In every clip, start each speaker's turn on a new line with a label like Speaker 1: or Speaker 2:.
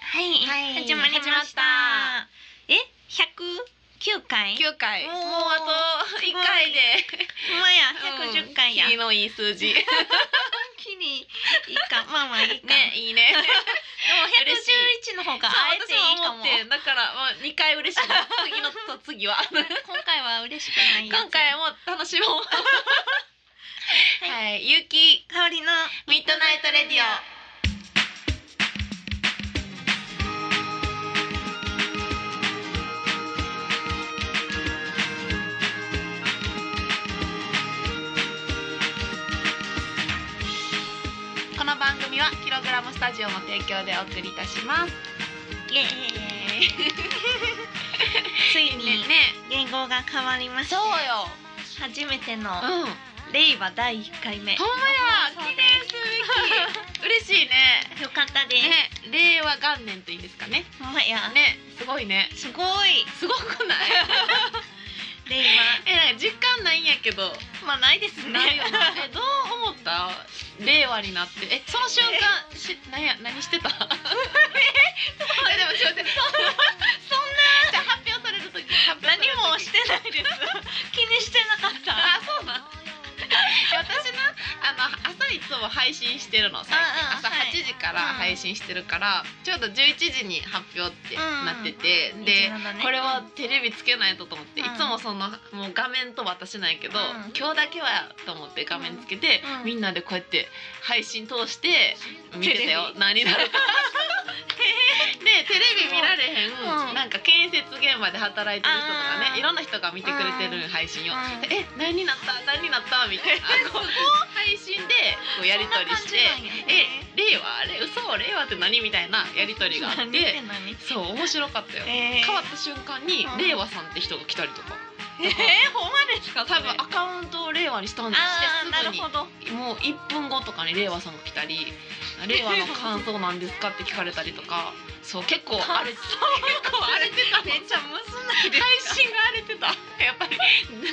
Speaker 1: はい
Speaker 2: 始まりました
Speaker 1: え百九回
Speaker 2: 9回も
Speaker 1: おー
Speaker 2: うあと1回で
Speaker 1: ほんまや百十回や、
Speaker 2: うん切りのいい数字ね
Speaker 1: きりいいか まあまあいいか、
Speaker 2: いいね
Speaker 1: でも百
Speaker 2: 嬉し
Speaker 1: 十一の方が
Speaker 2: そう
Speaker 1: あえて
Speaker 2: 私
Speaker 1: いい
Speaker 2: は
Speaker 1: か
Speaker 2: 思
Speaker 1: も
Speaker 2: ってだからまあ2回嬉し いな次のと次は
Speaker 1: 今回は嬉しくないやつ
Speaker 2: 今回も楽しも うはい、ゆうき
Speaker 1: 香りの
Speaker 2: ミッドナイトレディオこの番組はキログラムスタジオの提供でお送りいたします
Speaker 1: イエーイ つい
Speaker 2: ね
Speaker 1: に言語が変わりました
Speaker 2: そうよ
Speaker 1: 初めての
Speaker 2: うん
Speaker 1: 令和第一回目
Speaker 2: ほんまや
Speaker 1: そう
Speaker 2: 記
Speaker 1: で
Speaker 2: 念
Speaker 1: す
Speaker 2: す べき嬉しいね
Speaker 1: よかったです、
Speaker 2: ね令和元年というんですかね
Speaker 1: ほんまや、
Speaker 2: ねすごいね
Speaker 1: すごい
Speaker 2: すごくない
Speaker 1: 令
Speaker 2: えなんか実感ないんやけど
Speaker 1: 和 まあないですね
Speaker 2: ないよなえどう思った令和になってえその瞬間しなんや何してた えでもちょっと待ってそんなじゃあ発表される時発表さ
Speaker 1: 何
Speaker 2: れる時
Speaker 1: もしてないです気にしてなかった
Speaker 2: あそうなん私なあの朝いつも配信してるの最
Speaker 1: うんうん
Speaker 2: 近朝
Speaker 1: はい
Speaker 2: 8時から配信してるから、ちょうど11時に発表ってなってて、で、
Speaker 1: 17ね
Speaker 2: これはテレビつけないとと思って、
Speaker 1: うん
Speaker 2: いつもそのもう画面と私なんやけど、
Speaker 1: うん
Speaker 2: 今日だけはと思って画面つけて、
Speaker 1: うん
Speaker 2: みんなでこうやって配信通して見てたよ
Speaker 1: テレ
Speaker 2: 何だろう でテレビ見られへん、
Speaker 1: うん
Speaker 2: なんか建設現場で働いてる人とか
Speaker 1: あー
Speaker 2: ねいろんな人が見てくれてる配信を
Speaker 1: うん
Speaker 2: 「え何になった何になった?」みたいな こう配信でこうやり取りして
Speaker 1: そんな感じなんや
Speaker 2: 「え令和あれ嘘令和って何?」みたいなやり取りがあっ
Speaker 1: 何って
Speaker 2: て
Speaker 1: 何
Speaker 2: そう面白かったよ。
Speaker 1: えー
Speaker 2: 変わった瞬間に
Speaker 1: うん
Speaker 2: 令和さんって人が来たりとか
Speaker 1: えー、ほんまですか
Speaker 2: 多分アカウントを令和にしたんです
Speaker 1: あーな
Speaker 2: して
Speaker 1: る
Speaker 2: す
Speaker 1: ほど
Speaker 2: ぐにもう1分後とかに令和さんが来た り「令和の感想なんですか?」って聞かれたりとかそう結構荒れて結構荒れてたの
Speaker 1: めっちゃむずないです か
Speaker 2: 配信が荒れてたやっぱり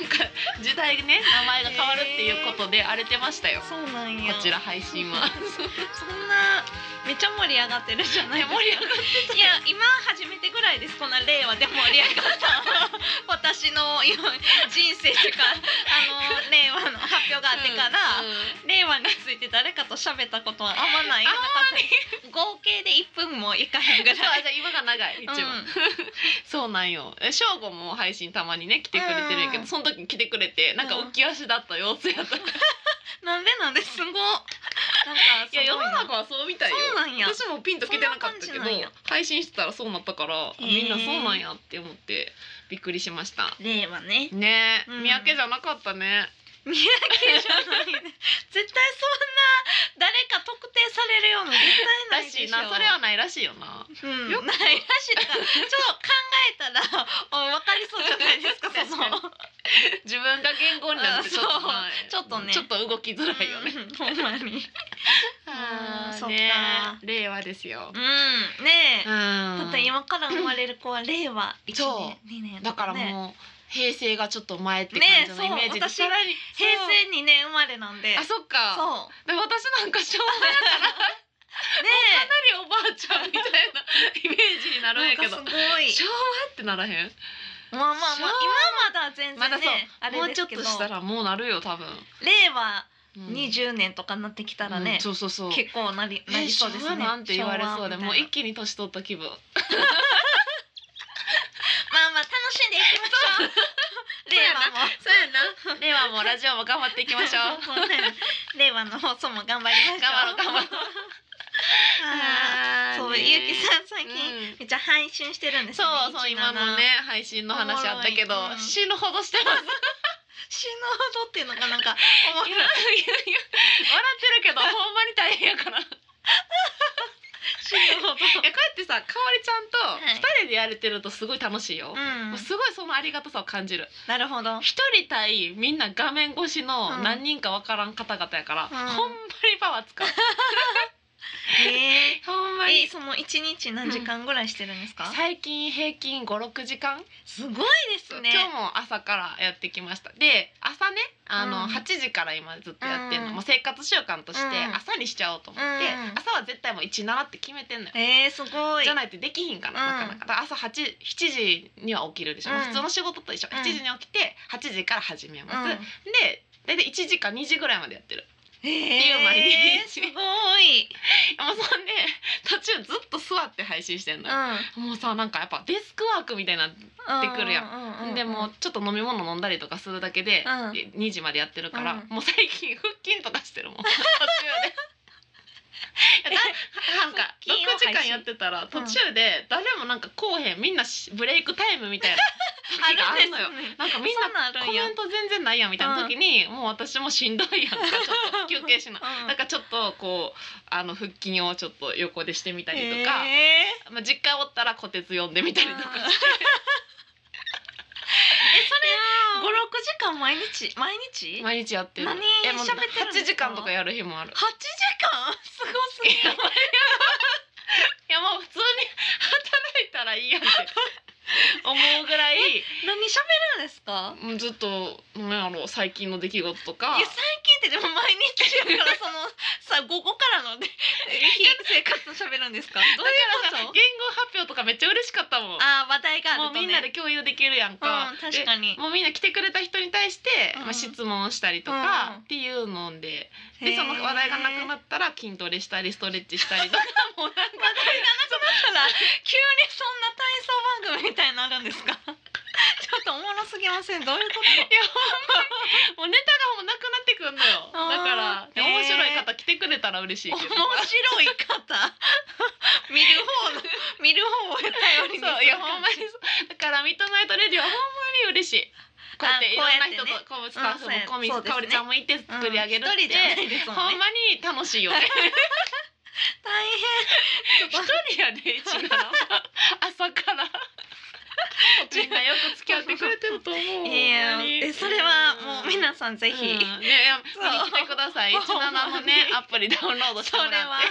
Speaker 2: なんか時代ね名前が変わるっていうことで荒れてましたよ、
Speaker 1: そうなんや
Speaker 2: こちら配信は
Speaker 1: そんなめっちゃ盛り上がってるじゃない
Speaker 2: ね盛り上が
Speaker 1: っていや今初めてぐらいですこんな令和で盛り上がった私の今人生っていうかあの令和の発表があって から、
Speaker 2: うん
Speaker 1: 令和について誰かと喋ったことはあんまない
Speaker 2: あん
Speaker 1: なかったです 合計で1分もいかへんぐ
Speaker 2: そう
Speaker 1: ら
Speaker 2: あ
Speaker 1: い
Speaker 2: じゃあ今が長い一番、
Speaker 1: うん
Speaker 2: そうなんよえしょうごも配信たまにね来てくれてるんやけ
Speaker 1: う
Speaker 2: ど
Speaker 1: ん
Speaker 2: その時に来てくれてなんか浮き足だった様子やった、い
Speaker 1: なんでなんですごなんかすご
Speaker 2: や
Speaker 1: い
Speaker 2: 世の
Speaker 1: な
Speaker 2: 中はそうみたいよ
Speaker 1: そうなんや
Speaker 2: 私もピンと来てなかった
Speaker 1: そん
Speaker 2: けど
Speaker 1: な感じなんや
Speaker 2: 配信してたらそうなったからあ
Speaker 1: へー
Speaker 2: みんなそうなんやって思ってびっくりしました
Speaker 1: 令和ね
Speaker 2: ねえ、
Speaker 1: うん
Speaker 2: 三宅じゃなかったね
Speaker 1: 三宅じ ゃないね絶対そんな誰か特定されるような絶対
Speaker 2: ら
Speaker 1: ないでし
Speaker 2: しい
Speaker 1: ょ
Speaker 2: なそれはないらしいよ な
Speaker 1: うん、
Speaker 2: よく
Speaker 1: ないらしいとかちょっと考えたらお分かりそうじゃないですかその
Speaker 2: 確自分が言語になってちょっとな
Speaker 1: あそうちょっとね
Speaker 2: ちょっと動きづらいよね、
Speaker 1: うんほんまに
Speaker 2: あー
Speaker 1: そっか
Speaker 2: ねえ令和ですよ、
Speaker 1: うんねえ、
Speaker 2: だ
Speaker 1: だって今から生まれる子は令和1
Speaker 2: そ
Speaker 1: 年2年
Speaker 2: だ
Speaker 1: と
Speaker 2: からもう、
Speaker 1: ね
Speaker 2: 平成がちょっと前って
Speaker 1: ね
Speaker 2: 感
Speaker 1: え
Speaker 2: じ
Speaker 1: そ
Speaker 2: の
Speaker 1: う
Speaker 2: イメージで、
Speaker 1: 私平成2年生まれなんで
Speaker 2: あそっか
Speaker 1: そう
Speaker 2: でも私なんか昭和や
Speaker 1: ね
Speaker 2: かなりおばあちゃんみたいなイメージに な
Speaker 1: え
Speaker 2: るんやけど
Speaker 1: なんかすごい
Speaker 2: 昭和ってならへん
Speaker 1: まあまあまあ
Speaker 2: 昭和
Speaker 1: 今まだ全然ね、
Speaker 2: まだそう
Speaker 1: あ
Speaker 2: も
Speaker 1: れ
Speaker 2: う
Speaker 1: で
Speaker 2: ちょっ
Speaker 1: すけ
Speaker 2: と
Speaker 1: ど
Speaker 2: したらもうなるよ多分、
Speaker 1: 令和
Speaker 2: うん
Speaker 1: 20年とかになってきたらね
Speaker 2: うん、そうそうそう
Speaker 1: 結構なりなりそうです
Speaker 2: え
Speaker 1: ね
Speaker 2: 昭和なんて言われそうで
Speaker 1: 昭和みたいな
Speaker 2: もう一気に年取った気 分
Speaker 1: まあまあ楽しんでいきましょう。令和も。
Speaker 2: そうやな令和もラジオも頑張っていきましょう
Speaker 1: そうね令和の放 送も頑張りましょう。
Speaker 2: 頑張ろう頑張ろう
Speaker 1: あーそう、ゆうき
Speaker 2: ん
Speaker 1: さん最近、めっちゃ配信してるんです
Speaker 2: そ
Speaker 1: よね。
Speaker 2: うそう今のね。配信の話あったけど
Speaker 1: おもろいうん
Speaker 2: 死ぬほどしてます
Speaker 1: 死ぬほどっていうのがなん か
Speaker 2: いやいやいや笑ってる
Speaker 1: 面白い。
Speaker 2: け どほんまに大変やからい
Speaker 1: 死ぬほど。
Speaker 2: やこうやってさかおりちゃん
Speaker 1: はい
Speaker 2: と2人でやれてるとすごい楽しいよ、
Speaker 1: うん
Speaker 2: もう、すごいそのありがたさを感じる
Speaker 1: なるほど。
Speaker 2: 一人対みんな画面越しの何人かわからん方々やから、
Speaker 1: うん
Speaker 2: ほんまにパワー使う
Speaker 1: え
Speaker 2: ほんま
Speaker 1: ー、え
Speaker 2: に
Speaker 1: その一日何時間ぐらいしてるんですか、
Speaker 2: 最近平均56時間、
Speaker 1: すごいですね
Speaker 2: 今日も朝からやってきましたで朝ねあの、
Speaker 1: うん
Speaker 2: 8時から今ずっとやってるの、
Speaker 1: うん
Speaker 2: もう生活習慣として
Speaker 1: うん
Speaker 2: 朝にしちゃおうと思って、
Speaker 1: うん
Speaker 2: 朝は絶対もう17って決めてんのよ
Speaker 1: えー、すごい
Speaker 2: じゃないとできひんから、
Speaker 1: うん
Speaker 2: なかなかだから朝8 7時には起きるでしょ、
Speaker 1: うん
Speaker 2: 普通の仕事と一緒、
Speaker 1: うん
Speaker 2: 7時に起きて8時から始めます、
Speaker 1: うん
Speaker 2: で大体1時か2時ぐらいまでやってる う毎
Speaker 1: えー、
Speaker 2: 日
Speaker 1: すごい、
Speaker 2: もうそんで途中ずっと座って配信してんのよ、
Speaker 1: ん、
Speaker 2: もうさなんかやっぱデスクワークみたいな、
Speaker 1: って
Speaker 2: くるやん
Speaker 1: ん
Speaker 2: でもちょっと飲み物飲んだりとかするだけで、
Speaker 1: うん
Speaker 2: で2時までやってるから、
Speaker 1: うん
Speaker 2: もう最近腹筋とかして るもん途中で。いやななんか
Speaker 1: 腹筋を
Speaker 2: 6
Speaker 1: 配
Speaker 2: 時
Speaker 1: 信
Speaker 2: 間やってたら途中で誰もなんかこうへんみんなしブレイクタイムみたいな時があるのよ。なんかみんな
Speaker 1: なある
Speaker 2: コメント全然ないやんみたいな時に、もう私もしんどいやんとかちょっと休憩しな
Speaker 1: うん
Speaker 2: なんかちょっとこうあの腹筋をちょっと横でしてみたりとか、
Speaker 1: え
Speaker 2: まあ、実家おったら虎鉄読んでみた
Speaker 1: ー、
Speaker 2: りとか
Speaker 1: うんえそれ五六時間毎日毎日
Speaker 2: 毎日やってる
Speaker 1: 何
Speaker 2: えもう
Speaker 1: 喋ってるんですか
Speaker 2: 8時間とかやる日 もある
Speaker 1: 八時間すごすぎる
Speaker 2: いやもう普通に働いたらいいやんって思うぐらい
Speaker 1: 何喋るんですか
Speaker 2: もうずっとなんやろう最近の出来事とか
Speaker 1: いや最近ってでも毎日だからそのさ 午後からので日生活を喋るんですかどう
Speaker 2: だから
Speaker 1: いう
Speaker 2: さ
Speaker 1: こ
Speaker 2: 言語発表とかめっちゃ嬉しかったもん
Speaker 1: とあー話題がある
Speaker 2: も
Speaker 1: と
Speaker 2: う
Speaker 1: ね
Speaker 2: みんなで共有できるやんか、
Speaker 1: うん確かに
Speaker 2: でもうみんな来てくれた人に対して、
Speaker 1: うん
Speaker 2: まあ、質問したりと
Speaker 1: うんうん
Speaker 2: かっていうので、でその話題がなくな
Speaker 1: っ
Speaker 2: ったら筋トレしたりストレッチしたりとかもうなんか
Speaker 1: 話題がなくなったら急にそんな体操番組みたいになるんですか ちょっとおもろすぎませんどういうこと
Speaker 2: いやほんまにもうネタがもうなくなってくんのよ
Speaker 1: あー
Speaker 2: だから、ね
Speaker 1: へー
Speaker 2: 面白い方来てくれたら嬉しい
Speaker 1: 面
Speaker 2: けど
Speaker 1: 白い方 見る方の見る方を頼りに
Speaker 2: そういや ほんまにそうだからミッドナイトレディオはほんまに嬉しいこうやっていろんな人と
Speaker 1: あ
Speaker 2: こうスタッフも込み
Speaker 1: そうですね
Speaker 2: かおりちゃんもいて作り上げるっ
Speaker 1: うん一人じゃな
Speaker 2: て、
Speaker 1: いですも
Speaker 2: ほ
Speaker 1: ん
Speaker 2: ん
Speaker 1: ね
Speaker 2: まに楽しい よね
Speaker 1: 大
Speaker 2: 一人 やで一七は朝からみんなよく付き合ってくれてると思う
Speaker 1: 変いやえそれはもう皆さんぜ
Speaker 2: ぜ
Speaker 1: ひ、
Speaker 2: ねいや
Speaker 1: そう
Speaker 2: 見に来てください一
Speaker 1: ほん
Speaker 2: 七
Speaker 1: ま
Speaker 2: の
Speaker 1: に
Speaker 2: ねアプリダウンロードして
Speaker 1: そ
Speaker 2: も
Speaker 1: れ
Speaker 2: ら
Speaker 1: は
Speaker 2: って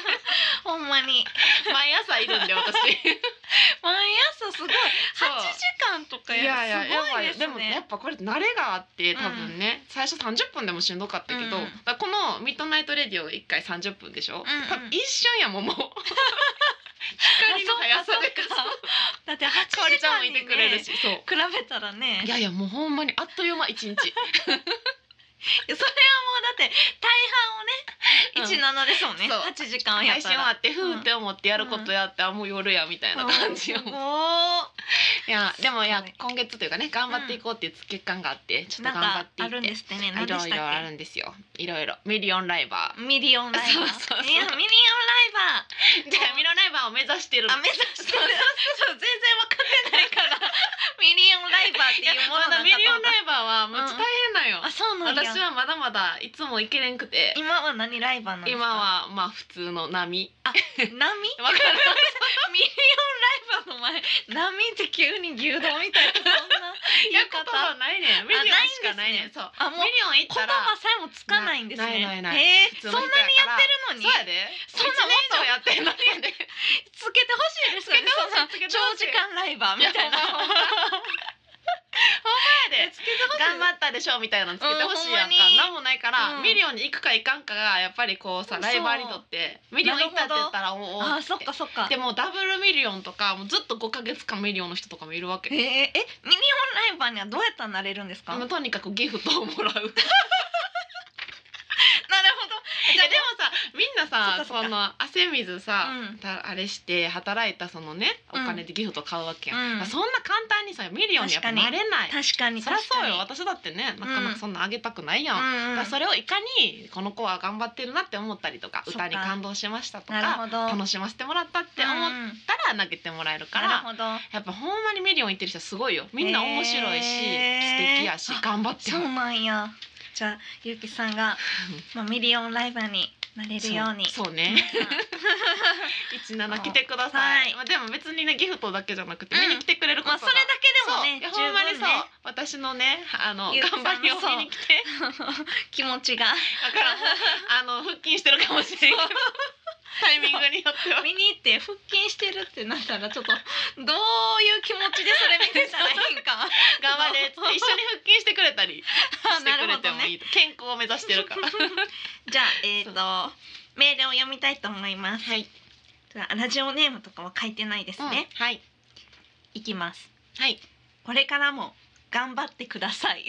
Speaker 1: ほんまに
Speaker 2: 毎朝いるんで私
Speaker 1: 毎朝すごい
Speaker 2: そう
Speaker 1: 八時間とかやるすごいですね
Speaker 2: でもやっぱこれ慣れがあって多分ね、最初30分でもしんどかったけど、
Speaker 1: うん
Speaker 2: だからこの「ミッドナイト・レディオ」1回30分でしょ、
Speaker 1: んうん
Speaker 2: 多分一瞬やもん もう光の速さで
Speaker 1: あそうかそうか だって八
Speaker 2: かおり
Speaker 1: 時
Speaker 2: ちゃん
Speaker 1: 間
Speaker 2: も
Speaker 1: に、
Speaker 2: い
Speaker 1: ね、
Speaker 2: てくれるしそう
Speaker 1: 比べたらね
Speaker 2: いやいやもうほんまにあっという間一日
Speaker 1: いやそれはもうだって大半をね、
Speaker 2: うん
Speaker 1: 17ですもんね
Speaker 2: そう
Speaker 1: 8時間や
Speaker 2: 配
Speaker 1: っ
Speaker 2: 信
Speaker 1: た
Speaker 2: 終わ
Speaker 1: ら
Speaker 2: ってふーって思ってやることやって、あもう夜やみたいな感じよ、
Speaker 1: うんす
Speaker 2: い
Speaker 1: ごー
Speaker 2: やでもいや
Speaker 1: すごい
Speaker 2: 今月というかね頑張っていこうっていう月間があって、ちょっ
Speaker 1: な
Speaker 2: と
Speaker 1: ん
Speaker 2: 頑張っ
Speaker 1: か
Speaker 2: てい
Speaker 1: あ
Speaker 2: って
Speaker 1: るんですってね
Speaker 2: い
Speaker 1: 何で
Speaker 2: ろ
Speaker 1: し
Speaker 2: いろ
Speaker 1: た
Speaker 2: あ
Speaker 1: っ
Speaker 2: るんですよいろいろミリオンライバー
Speaker 1: けミリオンライバー
Speaker 2: そうそうそう
Speaker 1: いやミリオンライバ
Speaker 2: じゃあミロライバーを目指してる
Speaker 1: ーあ目指してるそう全然分かってないから ミリオンライバーって
Speaker 2: いや
Speaker 1: いうも
Speaker 2: ま
Speaker 1: のな
Speaker 2: だ
Speaker 1: ん
Speaker 2: ミ
Speaker 1: か
Speaker 2: リ
Speaker 1: と
Speaker 2: オン
Speaker 1: 思った
Speaker 2: ライバーはめっちゃ大変なんよ
Speaker 1: あ、そうなんや
Speaker 2: 私はまだまだいつも行けれんくて
Speaker 1: 今は何ライバーなんですか
Speaker 2: 今はまあ普通の 波
Speaker 1: 波ミリオ ンラ
Speaker 2: わかる
Speaker 1: イバーの前波って急に牛丼みたいなそんな言
Speaker 2: や
Speaker 1: い
Speaker 2: こ
Speaker 1: 方
Speaker 2: とはないねんミリオンしかないねんそう
Speaker 1: あもう
Speaker 2: ミリオン行っ
Speaker 1: 言
Speaker 2: た
Speaker 1: 葉
Speaker 2: ら
Speaker 1: さえもつかないんですね。
Speaker 2: なないないない
Speaker 1: えー
Speaker 2: 普通
Speaker 1: そん
Speaker 2: の
Speaker 1: な
Speaker 2: 人
Speaker 1: に
Speaker 2: やから
Speaker 1: やってるのに
Speaker 2: そうやで
Speaker 1: そんなも
Speaker 2: 一年以上やってんのにやで
Speaker 1: つけてほしいですよね。そんな
Speaker 2: つけてほしいつけて
Speaker 1: 長
Speaker 2: ほしい
Speaker 1: 時間ライバーみたいな。
Speaker 2: ほんまほんまやで
Speaker 1: つけてほしい。
Speaker 2: 頑張ったでしょみたいなのつけてほしいやん
Speaker 1: うんほんまに
Speaker 2: かなんもないから
Speaker 1: うん
Speaker 2: ミリオンに行くか行かんかがやっぱりこう
Speaker 1: う
Speaker 2: さ
Speaker 1: ん
Speaker 2: ライバーにとってミリオン行ったって言ったらもう
Speaker 1: あー、そっかそっか。
Speaker 2: でもダブルミリオンとかもうずっと5ヶ月間ミリオンの人とかもいるわけ
Speaker 1: えー、えミニオンライバーにはどうやったらなれるんですか。な
Speaker 2: もう
Speaker 1: るほど。
Speaker 2: とにかくギフトをもら ういやでも
Speaker 1: じゃあでも
Speaker 2: さみんなさ
Speaker 1: そっかそっ
Speaker 2: そ
Speaker 1: か
Speaker 2: の汗水さ、
Speaker 1: うん
Speaker 2: たあれして働いたそのねお
Speaker 1: うん
Speaker 2: 金でギフト買うわけやん、
Speaker 1: うん
Speaker 2: そんな簡単にさミリオンにやっぱ
Speaker 1: 確か
Speaker 2: な
Speaker 1: に
Speaker 2: れない
Speaker 1: 確かに
Speaker 2: そりゃ
Speaker 1: 確
Speaker 2: そ
Speaker 1: か
Speaker 2: う
Speaker 1: に。
Speaker 2: よ私だってねなかなかそんなあげたくないやん、
Speaker 1: うんうん
Speaker 2: だからそれをいかにこの子は頑張ってるなって思ったりとか
Speaker 1: そっか
Speaker 2: 歌に感動しましたと
Speaker 1: なる
Speaker 2: か
Speaker 1: ほど。
Speaker 2: 楽しませてもらったって思っ
Speaker 1: うんうん
Speaker 2: たら投げてもらえるから、
Speaker 1: なるほど。
Speaker 2: やっぱほんまにミリオン行ってる人すごいよみんな面白いし、
Speaker 1: へー
Speaker 2: 素敵やし頑張って
Speaker 1: そ
Speaker 2: る
Speaker 1: うなんや。じゃあゆうきさ んがまあミリオンライバーになれるように。
Speaker 2: そうそうね17来てください、
Speaker 1: はい
Speaker 2: まあ、でも別にねギフトだけじゃなくて、
Speaker 1: うん
Speaker 2: 見に来てくれること
Speaker 1: まあ
Speaker 2: が
Speaker 1: それだけでもね
Speaker 2: そういやほんまに
Speaker 1: 十
Speaker 2: そう、
Speaker 1: 分ね
Speaker 2: 私のねあの
Speaker 1: ゆうきさん
Speaker 2: 頑
Speaker 1: の
Speaker 2: 張りを見に来て
Speaker 1: 気持ちが。
Speaker 2: だからもうあの腹筋してるかもしれないけどタイミングによっては
Speaker 1: 見に行って腹筋してるってなったらちょっとどういう気持ちでそれ見てたらいいんか
Speaker 2: 頑張れっつって一緒に腹筋してくれたり
Speaker 1: あ
Speaker 2: してくれてもいい、健康を目指してるから
Speaker 1: じゃあえっ、とメールを読みたいと思います
Speaker 2: はい、
Speaker 1: じゃあラジオネームとかは書いてないです
Speaker 2: うん
Speaker 1: ね、
Speaker 2: はい
Speaker 1: いきます
Speaker 2: はい
Speaker 1: これからも頑張ってくださ い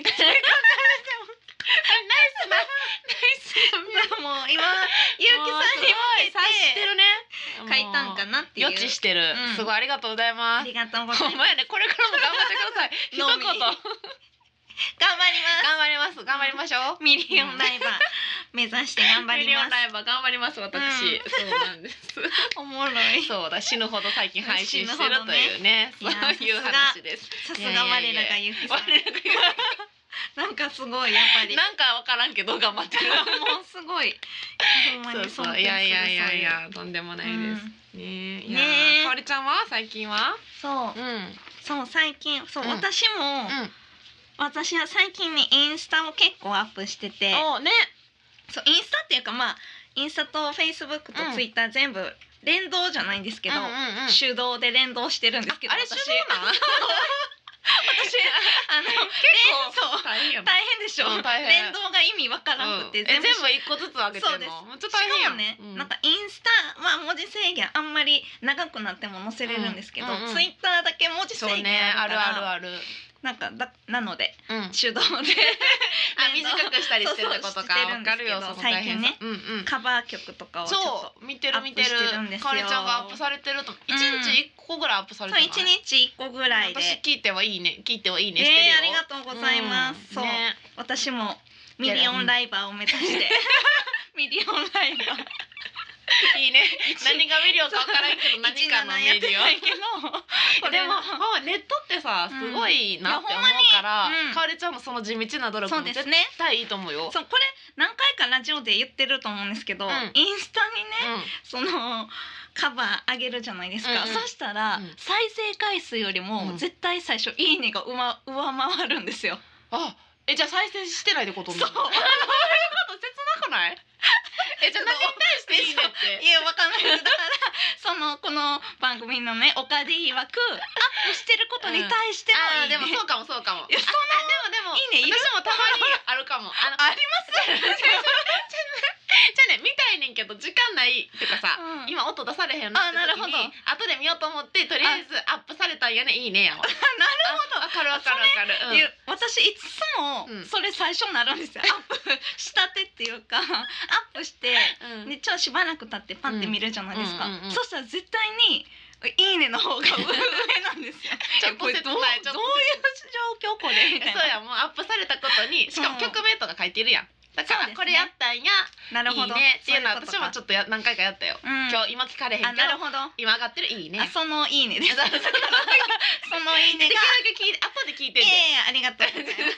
Speaker 1: もう今ゆうきさんに
Speaker 2: 察してるね
Speaker 1: 書いたんか
Speaker 2: も
Speaker 1: なって
Speaker 2: う
Speaker 1: いう
Speaker 2: 予知してる、
Speaker 1: うん
Speaker 2: すごいありがとうござい
Speaker 1: あ
Speaker 2: ます
Speaker 1: りがとうござい
Speaker 2: ほん
Speaker 1: ま
Speaker 2: ま
Speaker 1: す
Speaker 2: やねこれからも頑張ってく ださい一言
Speaker 1: のみ
Speaker 2: 頑
Speaker 1: 頑張りま
Speaker 2: 張ります頑張りましょう
Speaker 1: すミリオンライバー目指して頑張り
Speaker 2: ミリオン
Speaker 1: ます
Speaker 2: ライバー頑張ります私、
Speaker 1: うん
Speaker 2: そうなん です
Speaker 1: おもろい
Speaker 2: そうだ死ぬほど最近配信して
Speaker 1: 死ぬ
Speaker 2: る
Speaker 1: ほど
Speaker 2: と
Speaker 1: ね
Speaker 2: いうね
Speaker 1: いやー
Speaker 2: そういう話です
Speaker 1: さすが我らがゆうきさん
Speaker 2: 我らが言う
Speaker 1: なんかすごいやっぱり
Speaker 2: なんかわからんけど頑張ってる
Speaker 1: もうすごいほんま
Speaker 2: そう
Speaker 1: に
Speaker 2: そう
Speaker 1: 尊敬する
Speaker 2: いやいやいやい
Speaker 1: そうう
Speaker 2: やとんでもないです、
Speaker 1: うん
Speaker 2: ねえい
Speaker 1: ね
Speaker 2: や
Speaker 1: え
Speaker 2: ーかおりちゃんは最近は
Speaker 1: そう
Speaker 2: うんうん
Speaker 1: そう最近そう、
Speaker 2: うん
Speaker 1: 私も、私は最近ねインスタを結構アップしてて
Speaker 2: おね
Speaker 1: そうインスタっていうかまあインスタとフェイスブックと
Speaker 2: うん
Speaker 1: ツイッター全部連動じゃないんですけど、
Speaker 2: うんうんうんあれ手
Speaker 1: 手動で連動してるんですけど私
Speaker 2: 動 なん私
Speaker 1: あの
Speaker 2: 結
Speaker 1: 構
Speaker 2: 構 大変や
Speaker 1: 大変でしょ、
Speaker 2: うん大変
Speaker 1: 連動が意味わからなくて、
Speaker 2: え全部一個ずつ上げて
Speaker 1: そう
Speaker 2: る
Speaker 1: です
Speaker 2: のめっちゃ大変やん
Speaker 1: しかもね、
Speaker 2: う
Speaker 1: なんかインスタは文字制限あんまり長くなっても載せれるんですけど、
Speaker 2: うんうんうん
Speaker 1: ツイッターだけ文字制
Speaker 2: そう
Speaker 1: 限
Speaker 2: ね
Speaker 1: あ
Speaker 2: ある
Speaker 1: るから
Speaker 2: あるある
Speaker 1: なんかだなので
Speaker 2: うん
Speaker 1: 手 動で
Speaker 2: あ短くしたりしてるってことか
Speaker 1: そうそう
Speaker 2: わかるよ
Speaker 1: してるんですけど
Speaker 2: その大変さ
Speaker 1: 最
Speaker 2: うんうん
Speaker 1: カバー曲とかをちょっと
Speaker 2: そう見てる見てる
Speaker 1: アップしてるんですよ
Speaker 2: かおりちゃんがアップされてると一日一個ぐらいアップされ
Speaker 1: そう
Speaker 2: てない
Speaker 1: 一日一個ぐらいで。
Speaker 2: 私聞いてはいいね聞いてはいいね
Speaker 1: え
Speaker 2: してるよ
Speaker 1: ー、ありがとうございます。
Speaker 2: うん
Speaker 1: そう、
Speaker 2: ね
Speaker 1: 私もミリオンライバーを目指して。 ミリオンライバー。
Speaker 2: いいね何がミリオンかわからんけど何かのミリオン
Speaker 1: けど。
Speaker 2: で
Speaker 1: で
Speaker 2: も
Speaker 1: も、
Speaker 2: あネットってさすごいなって思うから、
Speaker 1: いやほんまにうん
Speaker 2: かおりちゃんのその地道な努力
Speaker 1: そう
Speaker 2: も
Speaker 1: です
Speaker 2: 絶
Speaker 1: ね。
Speaker 2: 対いいと思うよ。
Speaker 1: そう、これ何回かラジオで言ってると思うんですけど、
Speaker 2: うん
Speaker 1: インスタにね、
Speaker 2: うん
Speaker 1: その。カバー上げるじゃないですか。
Speaker 2: うんうん
Speaker 1: そしたら、
Speaker 2: うん
Speaker 1: 再生回数より
Speaker 2: う
Speaker 1: も、
Speaker 2: ん
Speaker 1: 絶対最初いいねがうま、上回るんですよ。
Speaker 2: あえじゃあ再生してないってこと
Speaker 1: そう。
Speaker 2: 切なくない えじゃあ何に対していいねって
Speaker 1: いやわかんないですだからそのこの番組のねおかで曰くアップしてることに対して
Speaker 2: あー
Speaker 1: もいい、ね
Speaker 2: でもそうかもそうかも
Speaker 1: いやそ
Speaker 2: あでもでも
Speaker 1: いいねいる
Speaker 2: 私もたまにあるかもあの
Speaker 1: あり
Speaker 2: じゃ
Speaker 1: ます
Speaker 2: あね見たいねんけど時間ないってかさ、
Speaker 1: うん
Speaker 2: 今音出されへんなって
Speaker 1: あなる
Speaker 2: 時
Speaker 1: ほど
Speaker 2: に後で見ようと思ってとりあえずアップされたんやねいいねやわなるほどわかるわかるわかる
Speaker 1: いや私いつも
Speaker 2: うん
Speaker 1: それ最初になるんですよ、アップしたてっていうかアップして
Speaker 2: うんうん
Speaker 1: でちょっとしばらく経ってパッて見るじゃないですか、
Speaker 2: うんうんうんうん
Speaker 1: そしたら絶対に「いいね」の方が上なんです よ
Speaker 2: ちょっと
Speaker 1: これ
Speaker 2: 切
Speaker 1: ど
Speaker 2: な
Speaker 1: うどう
Speaker 2: い
Speaker 1: いう
Speaker 2: ちょっと
Speaker 1: 状況これみたい
Speaker 2: そう
Speaker 1: な
Speaker 2: やもうアップされたことにしかも
Speaker 1: そう
Speaker 2: 曲名とか書いてるやんだか
Speaker 1: そう
Speaker 2: ら
Speaker 1: ですね
Speaker 2: これやったんや、
Speaker 1: ないる
Speaker 2: い
Speaker 1: ほど
Speaker 2: ねっていうのは私も
Speaker 1: ょっ
Speaker 2: ちょっとや何回かやったよ、
Speaker 1: と、うん
Speaker 2: 今日今聞かれへんけ
Speaker 1: あ
Speaker 2: ど
Speaker 1: なるほど
Speaker 2: 今上がってるいいね
Speaker 1: あその「いい ね」です
Speaker 2: だから
Speaker 1: その「いい
Speaker 2: でき
Speaker 1: ね」
Speaker 2: る
Speaker 1: が
Speaker 2: だけ聞い て後で聞いてん
Speaker 1: い
Speaker 2: で、
Speaker 1: やいやありがとうござい ます。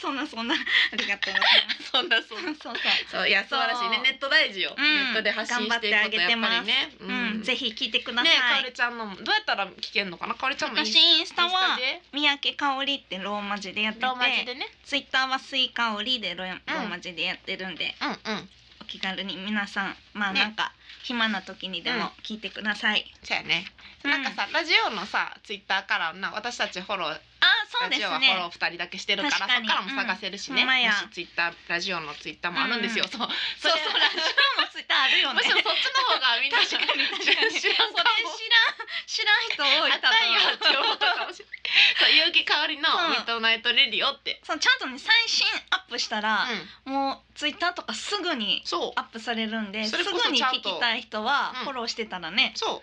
Speaker 1: そんなそんなありがとうございま
Speaker 2: そんなそんな
Speaker 1: す。そうそう。
Speaker 2: そういや素晴らしいね
Speaker 1: そう
Speaker 2: ネット大事よ、
Speaker 1: うん
Speaker 2: ネットで発信していくことやっぱりね
Speaker 1: うん、ぜひ聞いてください。
Speaker 2: ねかおりちゃんのもどうやったら聞けんのかなかおりちゃんも
Speaker 1: 私インスタは
Speaker 2: で
Speaker 1: 三宅香織ってローマ字でやってて
Speaker 2: ローマ字でね
Speaker 1: ツイッターはスイカオリでローローマ字でやってるんで、
Speaker 2: うんうん
Speaker 1: お気軽に皆さんまあ
Speaker 2: ね
Speaker 1: なんか暇な時にでも聞いてください、
Speaker 2: そうやね
Speaker 1: うん
Speaker 2: なんかさラジオのさツイッターからな私たちフォロー
Speaker 1: あそう
Speaker 2: ラ
Speaker 1: で
Speaker 2: ジ
Speaker 1: す
Speaker 2: オはフォロー
Speaker 1: ね
Speaker 2: 2人だけしてるからそ
Speaker 1: 確か
Speaker 2: こ
Speaker 1: に
Speaker 2: からも探せるしね
Speaker 1: うんほんまや
Speaker 2: もしツイッターラジオのツイッターもあるんですよ
Speaker 1: う
Speaker 2: そう
Speaker 1: そうそうラジオのツイッターあるよ
Speaker 2: む
Speaker 1: ね
Speaker 2: しろそっちの方がみんな
Speaker 1: 確かに確かに
Speaker 2: 知らんかも
Speaker 1: それ知らん知らん人多い
Speaker 2: あったんやって思ったかもしれない。 そう、結城かおりの
Speaker 1: そう
Speaker 2: ミッドナイトレディオって。
Speaker 1: そうちゃんとね最新アップしたら、もうツイッターとかすぐに
Speaker 2: そ
Speaker 1: アップされるんで
Speaker 2: そ
Speaker 1: す
Speaker 2: れ
Speaker 1: ぐ
Speaker 2: こそ
Speaker 1: に
Speaker 2: ちゃんと
Speaker 1: 聞きたい人は
Speaker 2: うん
Speaker 1: フォローしてたらね、
Speaker 2: う、そう、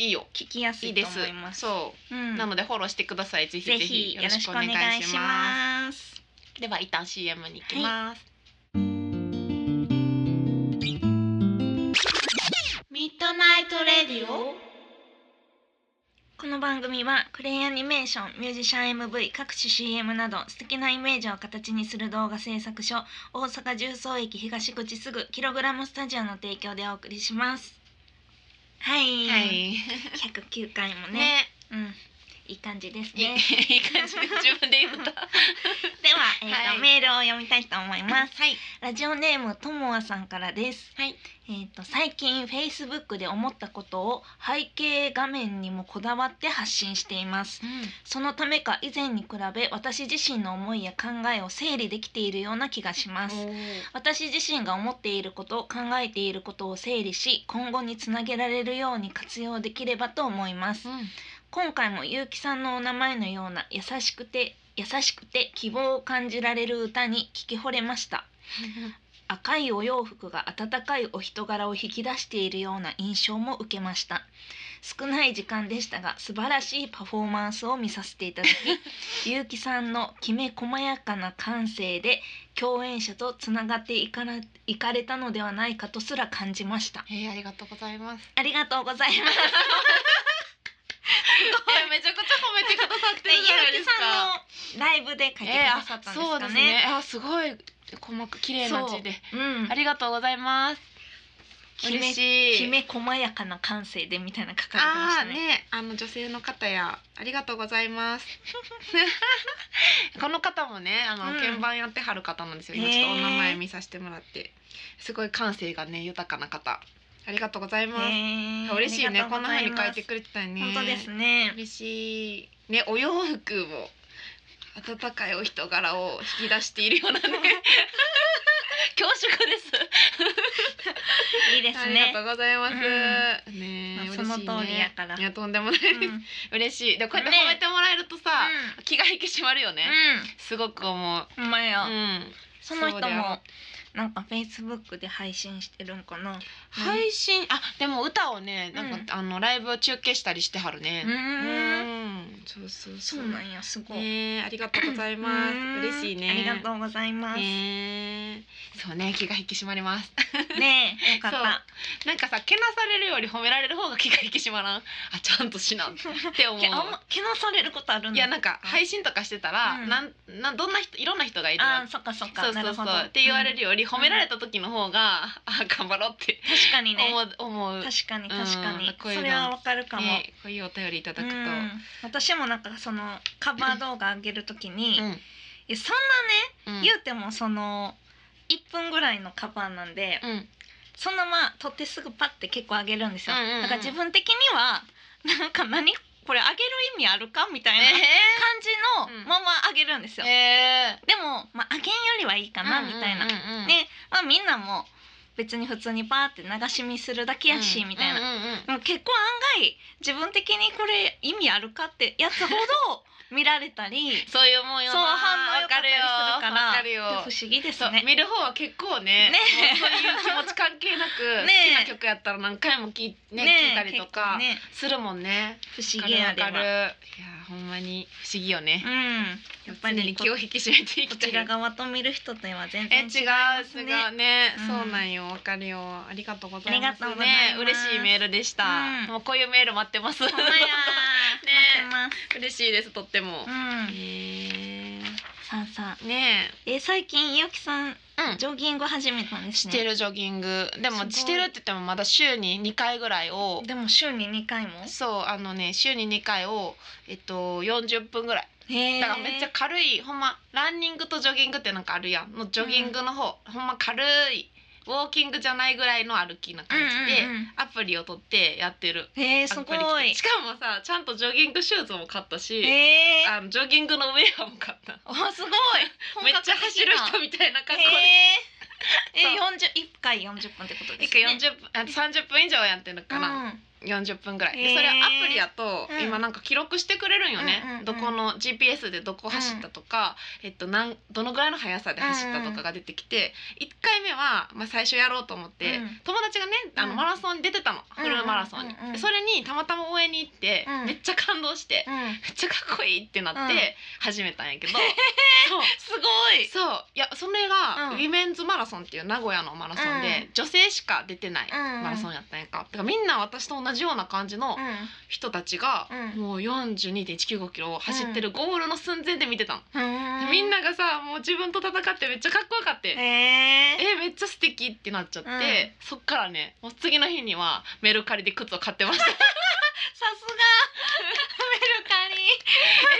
Speaker 2: いいよ。
Speaker 1: 聞きやす
Speaker 2: いい
Speaker 1: い
Speaker 2: で
Speaker 1: と
Speaker 2: す
Speaker 1: 思いま。す。
Speaker 2: そうう、
Speaker 1: ん、
Speaker 2: なのでフォローしてください。ぜひ
Speaker 1: ぜひよろしくお願いし
Speaker 2: す
Speaker 1: ます。。
Speaker 2: では一旦 CM に行きます。
Speaker 1: ミッドナイトレディオ。この番組はクレイアニメーション、ミュージシャン MV、各種 CM など素敵なイメージを形にする動画制作所大阪重曹駅東口すぐキログラムスタジオの提供でお送りします。はい、
Speaker 2: はい。
Speaker 1: 109回もね
Speaker 2: ね、
Speaker 1: うん、いい感じです
Speaker 2: いいい
Speaker 1: ね。
Speaker 2: い感じで自分で 言った。
Speaker 1: では、えーと
Speaker 2: はい
Speaker 1: メールを読みたいと思います。
Speaker 2: はい。
Speaker 1: ラジオネームともあさんからです。
Speaker 2: はい。
Speaker 1: えっ、と最近 Facebook で思ったことを背景画面にもこだわって発信しています。そのためか以前に比べ私自身の思いや考えを整理できているような気がします。私自身が思っていること考えていることを整理し今後につなげられるように活用できればと思います
Speaker 2: うん。
Speaker 1: 今回も結城さんのお名前のような優しくて優しくて希望を感じられる歌に聞き惚れました赤いお洋服が温かいお人柄を引き出しているような印象も受けました少ない時間でしたが素晴らしいパフォーマンスを見させていただき結城さんのきめ細やかな感性で共演者とつながっていからいかれたのではないかとすら感じました
Speaker 2: えー、ありがとうございます。
Speaker 1: ありがとうござ います
Speaker 2: えーめちゃくちゃ褒めてくださって
Speaker 1: で
Speaker 2: るじゃないで
Speaker 1: 結
Speaker 2: すか
Speaker 1: 城。さんのライブで書いてく
Speaker 2: えー
Speaker 1: だ
Speaker 2: あ
Speaker 1: さったんです
Speaker 2: そうで
Speaker 1: か
Speaker 2: す
Speaker 1: ね,、
Speaker 2: ね。あすごい細く綺麗な字で。
Speaker 1: うん
Speaker 2: ありがとうございます。
Speaker 1: き
Speaker 2: 嬉
Speaker 1: め
Speaker 2: しい。
Speaker 1: きめ細やかな感性でみたいな書かれてまし
Speaker 2: あ
Speaker 1: た
Speaker 2: あ
Speaker 1: ね
Speaker 2: ね、あの女性の方や、ありがとうござい ます。この方もね、あの、
Speaker 1: うん
Speaker 2: 鍵盤やってはる方なんですよ。今ちょっとお名前見させてもらって、すごい感性がね、豊かな方。ありがとうございます。
Speaker 1: ね
Speaker 2: 嬉しいね、こんな風に書いて
Speaker 1: る、
Speaker 2: くれてたね。
Speaker 1: 本当ですね
Speaker 2: 嬉しい。ね、お洋服も。温かいお人柄を引き出しているよ うなね。恐縮です。
Speaker 1: いいです
Speaker 2: ありが
Speaker 1: ね
Speaker 2: とうございます。
Speaker 1: う
Speaker 2: ね
Speaker 1: まあ
Speaker 2: え、
Speaker 1: その通り
Speaker 2: 嬉しいね
Speaker 1: やから
Speaker 2: いや、とんでもないです。
Speaker 1: うんうん
Speaker 2: 嬉しいでこうやって
Speaker 1: ね
Speaker 2: 褒めてもらえるとさ、気が引き締まるよね、すごく思う、
Speaker 1: ほんま
Speaker 2: う
Speaker 1: や、
Speaker 2: ん、
Speaker 1: その
Speaker 2: そ
Speaker 1: 人
Speaker 2: うだ
Speaker 1: も
Speaker 2: よ
Speaker 1: なんかフェイスブックで配信してるんかな
Speaker 2: 配信あでも歌をねなんか、
Speaker 1: うん
Speaker 2: あのライブを中継したりしてはる
Speaker 1: う
Speaker 2: ねう
Speaker 1: ーん
Speaker 2: んそうそうそ
Speaker 1: そ
Speaker 2: う
Speaker 1: うなんやすごい、
Speaker 2: ねえありがとうございます
Speaker 1: うん
Speaker 2: 嬉しいね
Speaker 1: ありがとうございます、
Speaker 2: ねえそうね気が引き締まります
Speaker 1: ねえよかっ
Speaker 2: そう
Speaker 1: た
Speaker 2: なんかさけなされるより褒められる方が気が引き締まらんあちゃんとしなって 思う
Speaker 1: けあんまけなされることあるんだ
Speaker 2: いやなんか配信とかしてたら、
Speaker 1: うん
Speaker 2: なんなんどんな人いろんな人がいるわ
Speaker 1: あーそっかそっか
Speaker 2: そうそう
Speaker 1: な
Speaker 2: そう
Speaker 1: るほど
Speaker 2: って言われ
Speaker 1: る、
Speaker 2: るより褒められた時の方が、あ頑張ろうって
Speaker 1: うん確かにね
Speaker 2: 思う,、思う
Speaker 1: 確かに確かに、
Speaker 2: うんこういう
Speaker 1: そ
Speaker 2: の
Speaker 1: れはわかるかも、
Speaker 2: ね、こういうお便りいただくと、
Speaker 1: うん私もなんかそのカバー動画上げるときに、
Speaker 2: うん
Speaker 1: いやそん
Speaker 2: うん
Speaker 1: な言うてもその1分ぐらいのカバーなんで、
Speaker 2: うんうん
Speaker 1: そのまま撮ってすぐパッて結構上げるんですよ、
Speaker 2: うんうんうん
Speaker 1: だから自分的にはなんか何これ上げる意味あるかみたいな感じ
Speaker 2: うん
Speaker 1: のまま上げるんです
Speaker 2: えー
Speaker 1: よ、
Speaker 2: え
Speaker 1: でも、まあ、上げんよりはいいか
Speaker 2: ー
Speaker 1: なみたいな、
Speaker 2: うんうんうんうん
Speaker 1: で、まあ、みんなも別に普通にパーって流し見するだけやし、みたいな、
Speaker 2: うんうんうん
Speaker 1: でも結構案外自分的にこれ意味あるかってやつほど見られたり
Speaker 2: そういうもんよ
Speaker 1: そう
Speaker 2: な
Speaker 1: 反応良かったりするか
Speaker 2: わ
Speaker 1: ら
Speaker 2: かるよわかるよ
Speaker 1: 不思議です
Speaker 2: そう
Speaker 1: ね。
Speaker 2: 見る方は結構ね
Speaker 1: ね
Speaker 2: もうそういう気持ち関係なく、
Speaker 1: ね
Speaker 2: 好きな曲やったら何回も聞い,、ね聞いたりと
Speaker 1: 結構
Speaker 2: か
Speaker 1: ね、
Speaker 2: するもんね
Speaker 1: 不思議や
Speaker 2: わ
Speaker 1: で
Speaker 2: かるわかるい
Speaker 1: は。
Speaker 2: やほんまに不思議よね
Speaker 1: う、ん、やっぱ
Speaker 2: 常に
Speaker 1: りこ
Speaker 2: 気を引き締めてい
Speaker 1: こ
Speaker 2: きた
Speaker 1: ち
Speaker 2: い
Speaker 1: ら側と見る人とは全
Speaker 2: え
Speaker 1: 然
Speaker 2: 違う
Speaker 1: 違う。
Speaker 2: 違うね、
Speaker 1: うん
Speaker 2: そうなんよわかるよありがとうござい
Speaker 1: あ
Speaker 2: ま
Speaker 1: り
Speaker 2: す
Speaker 1: がとうござい
Speaker 2: ね
Speaker 1: ます
Speaker 2: 嬉しいメールでした、
Speaker 1: うん
Speaker 2: もうこういうメール待ってます
Speaker 1: ほんまや。
Speaker 2: ね
Speaker 1: 待っ て
Speaker 2: 嬉しいですとっても、
Speaker 1: ます。うん。
Speaker 2: へ
Speaker 1: さあさあ、
Speaker 2: ーね
Speaker 1: え最近ゆきさん
Speaker 2: えうん
Speaker 1: ジョギング始めたんです
Speaker 2: し
Speaker 1: ね。
Speaker 2: てるジョギングです
Speaker 1: ご
Speaker 2: も
Speaker 1: い
Speaker 2: してるって言ってもまだ週に2回ぐらいを
Speaker 1: でも週に二回も。
Speaker 2: そうあのね週に2回をえっと40分ぐらい
Speaker 1: へ
Speaker 2: だからめっちゃ軽いほんまランニングとジョギングってなんかあるやんのジョギングの方、ほんま軽いウォーキングじゃないぐらいの歩きな感じで、
Speaker 1: うんうんうん
Speaker 2: アプリを取ってやってる
Speaker 1: へえすご
Speaker 2: アプリ
Speaker 1: い
Speaker 2: 来て。しかもさちゃんとジョギングシューズも買ったし、
Speaker 1: へえ。
Speaker 2: あのジョギングのウェアも買った
Speaker 1: あすごい。
Speaker 2: めっちゃ走る人みたいな格好で。
Speaker 1: へーえ
Speaker 2: そ
Speaker 1: 四十一回四十分ってことで
Speaker 2: 一
Speaker 1: すね。
Speaker 2: 回40分あ30分以上やってんのかな、
Speaker 1: うん
Speaker 2: 40分ぐらい
Speaker 1: へー
Speaker 2: でそれアプリやと
Speaker 1: うん
Speaker 2: 今なんか記録してくれるんよね、
Speaker 1: うんうんうん
Speaker 2: どこの GPS でどこ走ったとか、えっとなんどのぐらいの速さで走ったとかが出てきて、一1回目は、まあ、最初やろうと思って、
Speaker 1: うん
Speaker 2: 友達がねあ
Speaker 1: う
Speaker 2: の
Speaker 1: ん
Speaker 2: マラソンに出てたの、フルマラソンに、
Speaker 1: うんうんうんうん
Speaker 2: それにたまたま応援に行って、
Speaker 1: うん
Speaker 2: めっちゃ感動して、
Speaker 1: うん。
Speaker 2: めっちゃかっこいいってなっ
Speaker 1: うん
Speaker 2: て始めたんやけ ど、
Speaker 1: すごい。
Speaker 2: そういやそれが、
Speaker 1: うん
Speaker 2: ウィメンズマラソンっていう名古屋のマラソンで、女性しか出てない
Speaker 1: うんうん
Speaker 2: マラソンやったんやんか,、だからみんな私と同じような感じの人たちが、
Speaker 1: うん
Speaker 2: もう42.195キロを走ってるゴールの寸前で見てたの、
Speaker 1: うん
Speaker 2: みん。ながさもう自分と戦ってめっちゃかっこよかって、
Speaker 1: へ
Speaker 2: え
Speaker 1: え。
Speaker 2: めっちゃ素敵ってなっちゃって、
Speaker 1: うん
Speaker 2: そっからねもう次 の日にはメルカリで靴を買ってました
Speaker 1: さすが。メルカリ。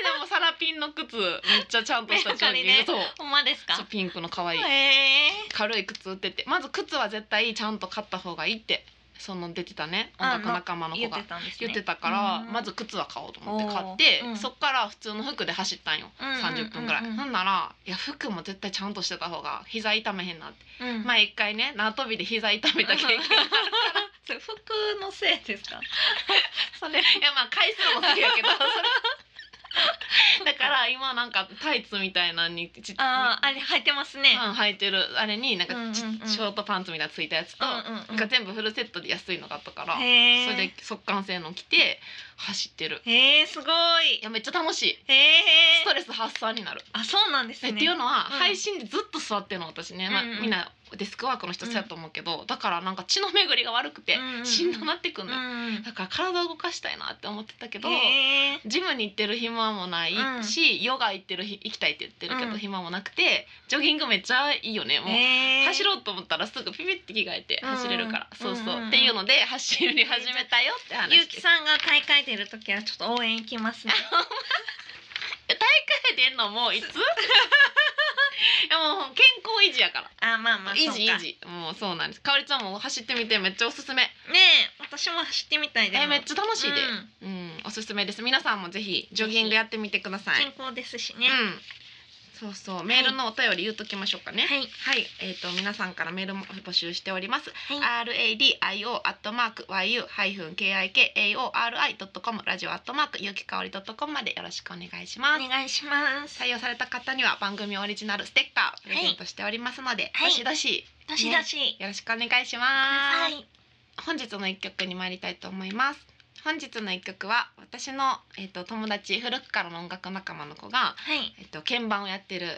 Speaker 2: えでもサラピンの靴めっちゃちゃんとしたジョギング、
Speaker 1: メルカ
Speaker 2: そう
Speaker 1: ほんまですか
Speaker 2: そうピンクの可愛い
Speaker 1: へえ
Speaker 2: 軽い靴売っててまず靴は絶対ちゃんと買った方がいいってその出てたね音
Speaker 1: あ
Speaker 2: 楽仲間の子
Speaker 1: 言っ
Speaker 2: が
Speaker 1: てたんですね
Speaker 2: 言ってたから、
Speaker 1: うん
Speaker 2: まず靴は買おうと思って買って、
Speaker 1: おーうん
Speaker 2: そっから普通の服で走ったんよ、
Speaker 1: うんうんうんうん
Speaker 2: 30分ぐらい、なんならいや服も絶対ちゃんとしてた方が膝痛めへんなって、
Speaker 1: うん
Speaker 2: 前一回ね縄跳びで膝痛めた経験
Speaker 1: それ服のせいですか
Speaker 2: そ れいやまあ回数も好きやけどそれだから今なんかタイツみたいなのにち
Speaker 1: あああれ履いてますね
Speaker 2: パン履いてるあれになんかち、
Speaker 1: うんうんうん
Speaker 2: ショートパンツみたいなついたやつと、
Speaker 1: うんうんう
Speaker 2: なんんか全部フルセットで安いのがあったから、
Speaker 1: へえ
Speaker 2: それで速乾性の着て走ってる
Speaker 1: へえすごい
Speaker 2: いやめっちゃ楽しい
Speaker 1: へ
Speaker 2: ス
Speaker 1: え
Speaker 2: トレス発散になる、
Speaker 1: あそうなんです
Speaker 2: え
Speaker 1: ね
Speaker 2: っていうのは、
Speaker 1: うん
Speaker 2: 配信でずっと座ってるの私ね、まあ
Speaker 1: うんうん
Speaker 2: みんなデスクワークの人そうやと思うけど、だからなんか血の巡りが悪くて、
Speaker 1: うんうんうん
Speaker 2: しんどなってくんのよ、
Speaker 1: うん
Speaker 2: だから体を動かしたいなって思ってたけど、
Speaker 1: へえ
Speaker 2: ジムに行ってる暇もないし、ヨガ行ってる日行きたいって言ってるけ
Speaker 1: う
Speaker 2: ど
Speaker 1: ん
Speaker 2: 暇もなくてジョギングめっちゃいいよねもう
Speaker 1: へえ
Speaker 2: 走ろうと思ったらすぐピピって着替えて走れるから、
Speaker 1: うん
Speaker 2: そうそう、
Speaker 1: うんうん
Speaker 2: っていうので走り始めたよって話
Speaker 1: ゆう
Speaker 2: で
Speaker 1: き
Speaker 2: す
Speaker 1: さんが大会出るときはちょっと応援行きます ね
Speaker 2: 大会出んの もういついやもう健康維持やから
Speaker 1: あまあまあ
Speaker 2: 維持
Speaker 1: そうか
Speaker 2: 維持もうそうなんですかおりちゃんも走ってみてめっちゃおすすめ
Speaker 1: ねえ私も走ってみたいでも
Speaker 2: えめっちゃ楽しいで
Speaker 1: うん
Speaker 2: うん、おすすめです皆さんもぜひジョギングやってみてください、
Speaker 1: 健康ですし
Speaker 2: う
Speaker 1: ね
Speaker 2: ん、そうそうメールのお便り言うときましょうかね
Speaker 1: はい
Speaker 2: はい、えっ、と皆さんからメールも募集しております
Speaker 1: はい
Speaker 2: R A D I O アットマーク Y U ハイフン K I K A O R I ドットコムラジオアットマークゆきかおりドットコムまでよろしくお願いしま
Speaker 1: お
Speaker 2: す。
Speaker 1: 願いします
Speaker 2: 採用された方には番組オリジナルステッカープレゼントしておりますので、
Speaker 1: はい
Speaker 2: どしどし
Speaker 1: どしどし、
Speaker 2: よろしくお願いしま
Speaker 1: は
Speaker 2: す。
Speaker 1: い
Speaker 2: 本日の一曲に参りたいと思います。本日の一曲は私のえっ、と友達古くからの音楽仲間の子が
Speaker 1: はい
Speaker 2: えっ、と鍵盤をやってる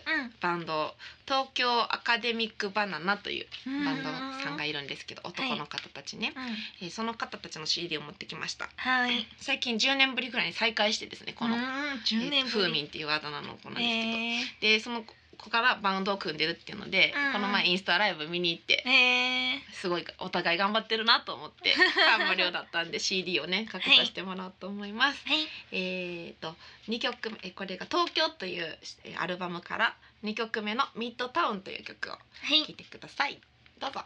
Speaker 2: バンド東京アカデミックバナナという
Speaker 1: うん
Speaker 2: バンドさんがいるんですけど男の方たちね、
Speaker 1: うん
Speaker 2: えーその方たちの CD を持ってきました
Speaker 1: はい
Speaker 2: 最近10年ぶりぐらいに再会してですねこの、え
Speaker 1: 10
Speaker 2: ー
Speaker 1: 年ぶ
Speaker 2: 風
Speaker 1: り
Speaker 2: 民っていうあだ名の子なんですけど、
Speaker 1: え
Speaker 2: でその子からバンドを組んでるっていうので、
Speaker 1: うんうん
Speaker 2: この前インスタライブ見に行って
Speaker 1: ー、え
Speaker 2: すごいお互い頑張ってるなと思って 感無量だったんで CD をねかけさせてもらおうと思います、
Speaker 1: ー、はい
Speaker 2: えー、と2曲目えーこれが「東京」というえーアルバムから2曲目の「ミッドタウン」という曲を
Speaker 1: は
Speaker 2: 聴い
Speaker 1: い
Speaker 2: てくださいどうぞ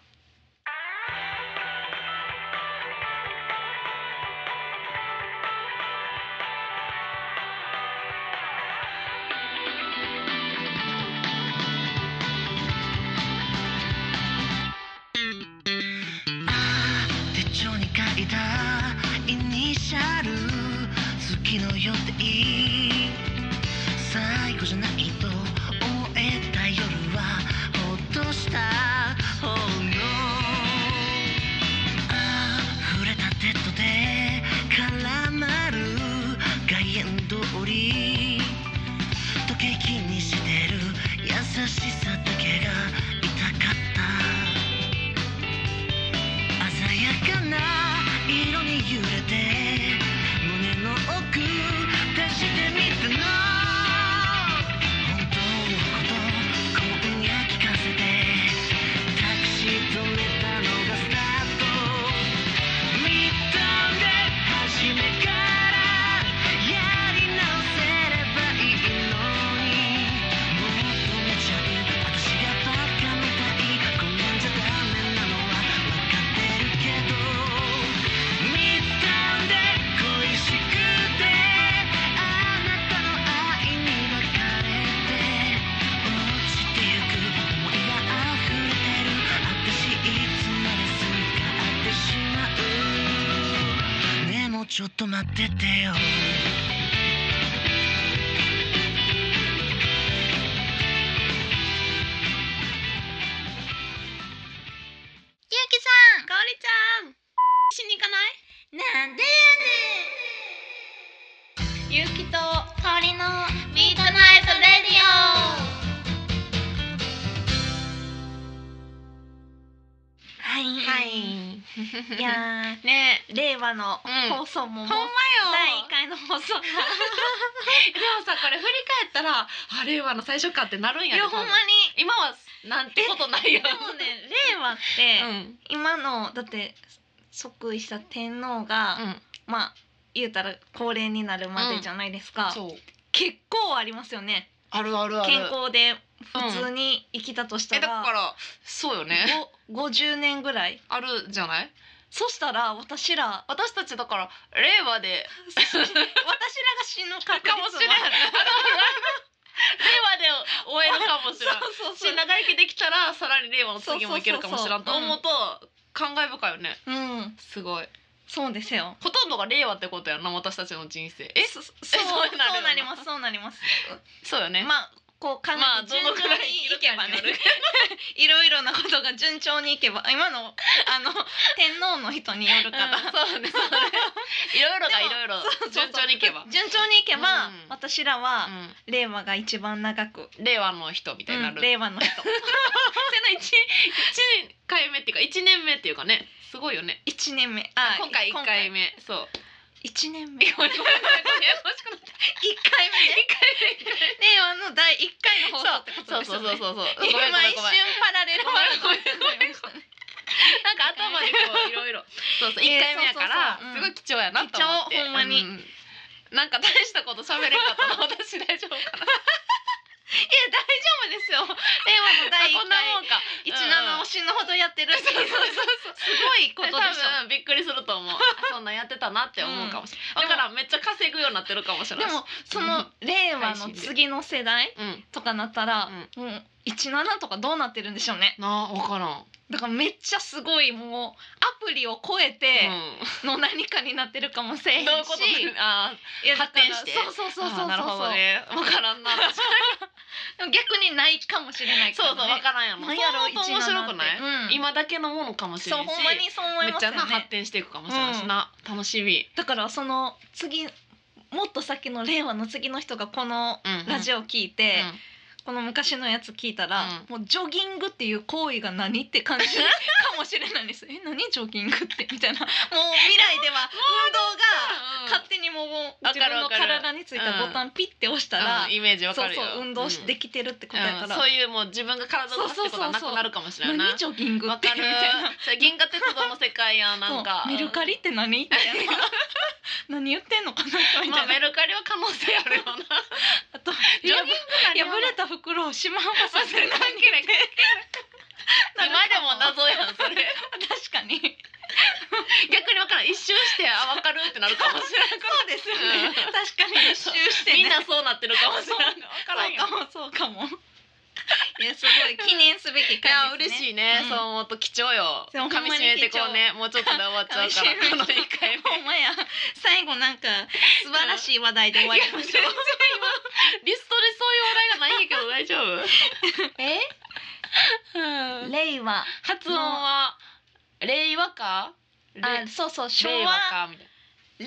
Speaker 3: あー手帳に書いたイニシャル月の予定最後じゃないと終えた夜はほっとしたほんのあー溢れたデッドで絡まる外苑通り時計気にしてる優しさだけが痛かった鮮やかな色に揺れて胸の奥出してみたの本当のこと今夜聞かせてタクシー止めたのがスタートミッドで初めからやり直せればいいのにもう止めちゃう私がバカみたいこんなんじゃダメなのは分かってるけどミッドで恋しくてあなたの愛に抱かれて落ちてゆく思いが溢れてる私いつまですかってしまうねえもうちょっと待っててよ
Speaker 1: ゆうきさんかおりちゃん
Speaker 2: しに行かない
Speaker 1: なんで
Speaker 2: ゆうきと
Speaker 1: やねんかおりのミートナイトレディオは、
Speaker 2: はいい。
Speaker 1: いや
Speaker 2: ねえ
Speaker 1: ー令和の
Speaker 2: うん
Speaker 1: 放送ももう、
Speaker 2: ほんまよ。
Speaker 1: 第一回の 放送が
Speaker 2: でもさこれ振り返ったらあ令和の最初かってなるんやね。
Speaker 1: いやほんま
Speaker 2: 多
Speaker 1: に
Speaker 2: 分今はなんてことないよ。
Speaker 1: でもね令和っ
Speaker 2: う
Speaker 1: て、
Speaker 2: ん。
Speaker 1: 今のだって即位した天皇が、
Speaker 2: うん。
Speaker 1: まあ言うたら高齢になるまでじゃないですか、
Speaker 2: そう
Speaker 1: 結構ありますよね
Speaker 2: あるあるある
Speaker 1: 健康で普通に生きたとした
Speaker 2: えだ
Speaker 1: ら,、
Speaker 2: からそうよね
Speaker 1: ご50年ぐらい
Speaker 2: あるじゃない
Speaker 1: そしたら私ら
Speaker 2: 私たちだから令和で
Speaker 1: 私らが死ぬ確率
Speaker 2: か
Speaker 1: は
Speaker 2: もしれん令和で終えるかも しれん
Speaker 1: そうそう
Speaker 2: し
Speaker 1: そう
Speaker 2: 長生きできたらさらに令和の次もいけるかもしれんと思うと感慨深いよね
Speaker 1: うん
Speaker 2: すごい
Speaker 1: そうですよ
Speaker 2: ほとんどが令和ってことやんな私たちの人生え
Speaker 1: そそう
Speaker 2: そうなるよな
Speaker 1: そうなりますそうなります
Speaker 2: そうよね
Speaker 1: まあこう考
Speaker 2: まあ
Speaker 1: えて順
Speaker 2: どの
Speaker 1: 調
Speaker 2: くらい
Speaker 1: に
Speaker 2: 生
Speaker 1: い
Speaker 2: きる
Speaker 1: け
Speaker 2: か
Speaker 1: ば
Speaker 2: に
Speaker 1: ね
Speaker 2: よる
Speaker 1: いろいろなことが順調にいけば今のあの天皇の人によ
Speaker 2: う
Speaker 1: る
Speaker 2: ん
Speaker 1: か ら、
Speaker 2: そうねそうねいろいろがいろいろ順調にいけば
Speaker 1: 順調にいけば、
Speaker 2: うん
Speaker 1: 私らは令和が一番長く、
Speaker 2: うん令和の人みたいにな
Speaker 1: うん
Speaker 2: る
Speaker 1: 令 和の人
Speaker 2: の一一回目っていうか一年目っていうかねすごいよね
Speaker 1: 一年目
Speaker 2: あ今回一回
Speaker 1: 目
Speaker 2: 目そう
Speaker 1: 一年目
Speaker 2: ごめ
Speaker 1: 一
Speaker 2: んごめんごめんややこしくなった
Speaker 1: 回目ね令和の第一回の放送ってこと
Speaker 2: そう
Speaker 1: ですよ
Speaker 2: そうそ
Speaker 1: ね
Speaker 2: うそうそう
Speaker 1: 今
Speaker 2: ごめんごめん
Speaker 1: 一
Speaker 2: ご
Speaker 1: 瞬
Speaker 2: めん
Speaker 1: パラレルワールド
Speaker 2: ごめんごめんごなんか頭にこういろいろそうそう一
Speaker 1: えー
Speaker 2: 回目やから
Speaker 1: そうそうそううん
Speaker 2: すごい貴重やなと思って
Speaker 1: 貴重ほんまに
Speaker 2: うなんか大したこと喋れんかったな私大丈夫 かない
Speaker 1: や大丈夫ですよ令和の第一
Speaker 2: こんなも
Speaker 1: 回
Speaker 2: んか
Speaker 1: 一七を死ぬほどやってるっていうすごいことで
Speaker 2: 多
Speaker 1: しょ
Speaker 2: 分びっくりすると思うあそんなんやってたなって思うかもしれない、
Speaker 1: うん
Speaker 2: だからめっちゃ稼ぐようになってるかもしれ
Speaker 1: で
Speaker 2: ない
Speaker 1: もその令和の次の世代
Speaker 2: うん
Speaker 1: とかなったら、もう17とかどうなってるんでしょうね
Speaker 2: なあ分からん、
Speaker 1: だからめっちゃすごいもうアプリを超えての何かになってるかもしれへん
Speaker 2: うん、
Speaker 1: し、
Speaker 2: どういうことあー
Speaker 1: いやだ
Speaker 2: 発
Speaker 1: から
Speaker 2: 展して
Speaker 1: そうそうそうそうそう
Speaker 2: あーなるほどね分からんな
Speaker 1: でも逆にないかもしれないか
Speaker 2: そう
Speaker 1: ら、
Speaker 2: そう分
Speaker 1: ね、
Speaker 2: からんやろ
Speaker 1: なんやろ
Speaker 2: そう思うと面白くない、
Speaker 1: 17ってうん
Speaker 2: 今だけのものかもしれ
Speaker 1: そ
Speaker 2: な
Speaker 1: う
Speaker 2: いし
Speaker 1: ほんまにそう思
Speaker 2: め
Speaker 1: い
Speaker 2: っ
Speaker 1: ます
Speaker 2: ちゃ
Speaker 1: よ
Speaker 2: な発
Speaker 1: ね
Speaker 2: 展していくかもしれないしな、楽しみ、
Speaker 1: だからその次もっと先の令和の次の人がこの
Speaker 2: うん
Speaker 1: ラジオ聞いて、
Speaker 2: うん
Speaker 1: この昔のやつ聞いたら、もうジョギングっていう行為が何って感じかもしれない ですえ何ジョギングってみたいなもう未来では運動が勝手にもう
Speaker 2: わ
Speaker 1: 自
Speaker 2: かるわ
Speaker 1: 分の
Speaker 2: かる
Speaker 1: 体についたボタンピッて押したら、
Speaker 2: うんイメージわ
Speaker 1: そ
Speaker 2: か
Speaker 1: う
Speaker 2: るよ
Speaker 1: そう運動しで
Speaker 2: き
Speaker 1: きてるってことやから、
Speaker 2: そういうもう自分が体を動かすってことはなくなるかもしれないな
Speaker 1: 何ジョギング
Speaker 2: わ
Speaker 1: って
Speaker 2: か
Speaker 1: み
Speaker 2: る
Speaker 1: たいな。
Speaker 2: それ銀河鉄道の世界 やんなんか
Speaker 1: そうメルカリって何みたいな何言ってんのかなみ
Speaker 2: ま
Speaker 1: た
Speaker 2: あ
Speaker 1: いな、
Speaker 2: メルカリは可能性あるよ な
Speaker 1: あと
Speaker 2: ジョギングがね
Speaker 1: 破れた袋をしまわ
Speaker 2: まあ
Speaker 1: さ
Speaker 2: そ
Speaker 1: せな
Speaker 2: れ
Speaker 1: い
Speaker 2: 関係ない今でも謎やんそ れ
Speaker 1: 確かに
Speaker 2: 逆にわからん一周してあわかるってなるかもしれない
Speaker 1: そうですよね、
Speaker 2: う
Speaker 1: 確かに一周してね
Speaker 2: みんなそうなってるかもしれないわか
Speaker 1: そう
Speaker 2: らんよ
Speaker 1: かもそうかもいやすごい記念すべき
Speaker 2: いや
Speaker 1: 回です
Speaker 2: 嬉
Speaker 1: ね
Speaker 2: しいね、
Speaker 1: うん
Speaker 2: そう思うと貴重よ
Speaker 1: そう
Speaker 2: 噛み締めてこうねもうちょっとで終わっ ちゃうから
Speaker 1: 噛
Speaker 2: こ
Speaker 1: み締め
Speaker 2: の
Speaker 1: て
Speaker 2: 一回目
Speaker 1: ほんまや最後なんか素晴らしい話題で終わりま
Speaker 2: い
Speaker 1: しょう
Speaker 2: や全然リストでそういうお題がないんやけど大丈
Speaker 1: え
Speaker 2: 夫
Speaker 1: 令和
Speaker 2: 発音は令和かれ
Speaker 1: あそうそう昭
Speaker 2: 令和
Speaker 1: 和
Speaker 2: かみたい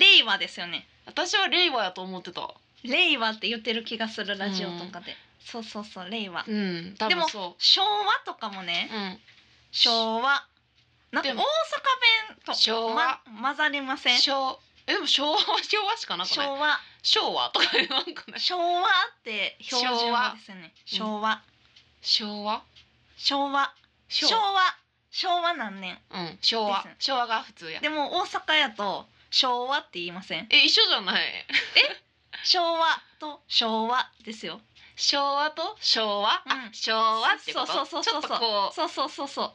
Speaker 2: な
Speaker 1: 令和ですよね
Speaker 2: 私は令和やと思ってた
Speaker 1: 令和って言ってる気がするラジオとかで、そうそうそう令和
Speaker 2: うん多
Speaker 1: でも
Speaker 2: 分そ
Speaker 1: 昭和とかもね
Speaker 2: ううん
Speaker 1: 昭和なんか大
Speaker 2: で
Speaker 1: 阪
Speaker 2: も
Speaker 1: 弁と
Speaker 2: 昭
Speaker 1: ま
Speaker 2: 和、
Speaker 1: 混ざりません
Speaker 2: 昭えでも昭和 は昭和しかなくない
Speaker 1: 昭和
Speaker 2: 昭和とか言わんくない
Speaker 1: 昭和って標準語ですよね昭
Speaker 2: 昭
Speaker 1: 和
Speaker 2: 昭和
Speaker 1: 昭和昭和昭和何年
Speaker 2: うん昭和
Speaker 1: です
Speaker 2: 昭和が普通や
Speaker 1: でも大阪やと昭和って言いません
Speaker 2: え一緒じゃない
Speaker 1: 昭和と昭和ですよ
Speaker 2: 昭和と昭和、あ
Speaker 1: うん
Speaker 2: 昭和ってこと
Speaker 1: そうそうそうそう
Speaker 2: ちょっとこう
Speaker 1: そうそうそうそう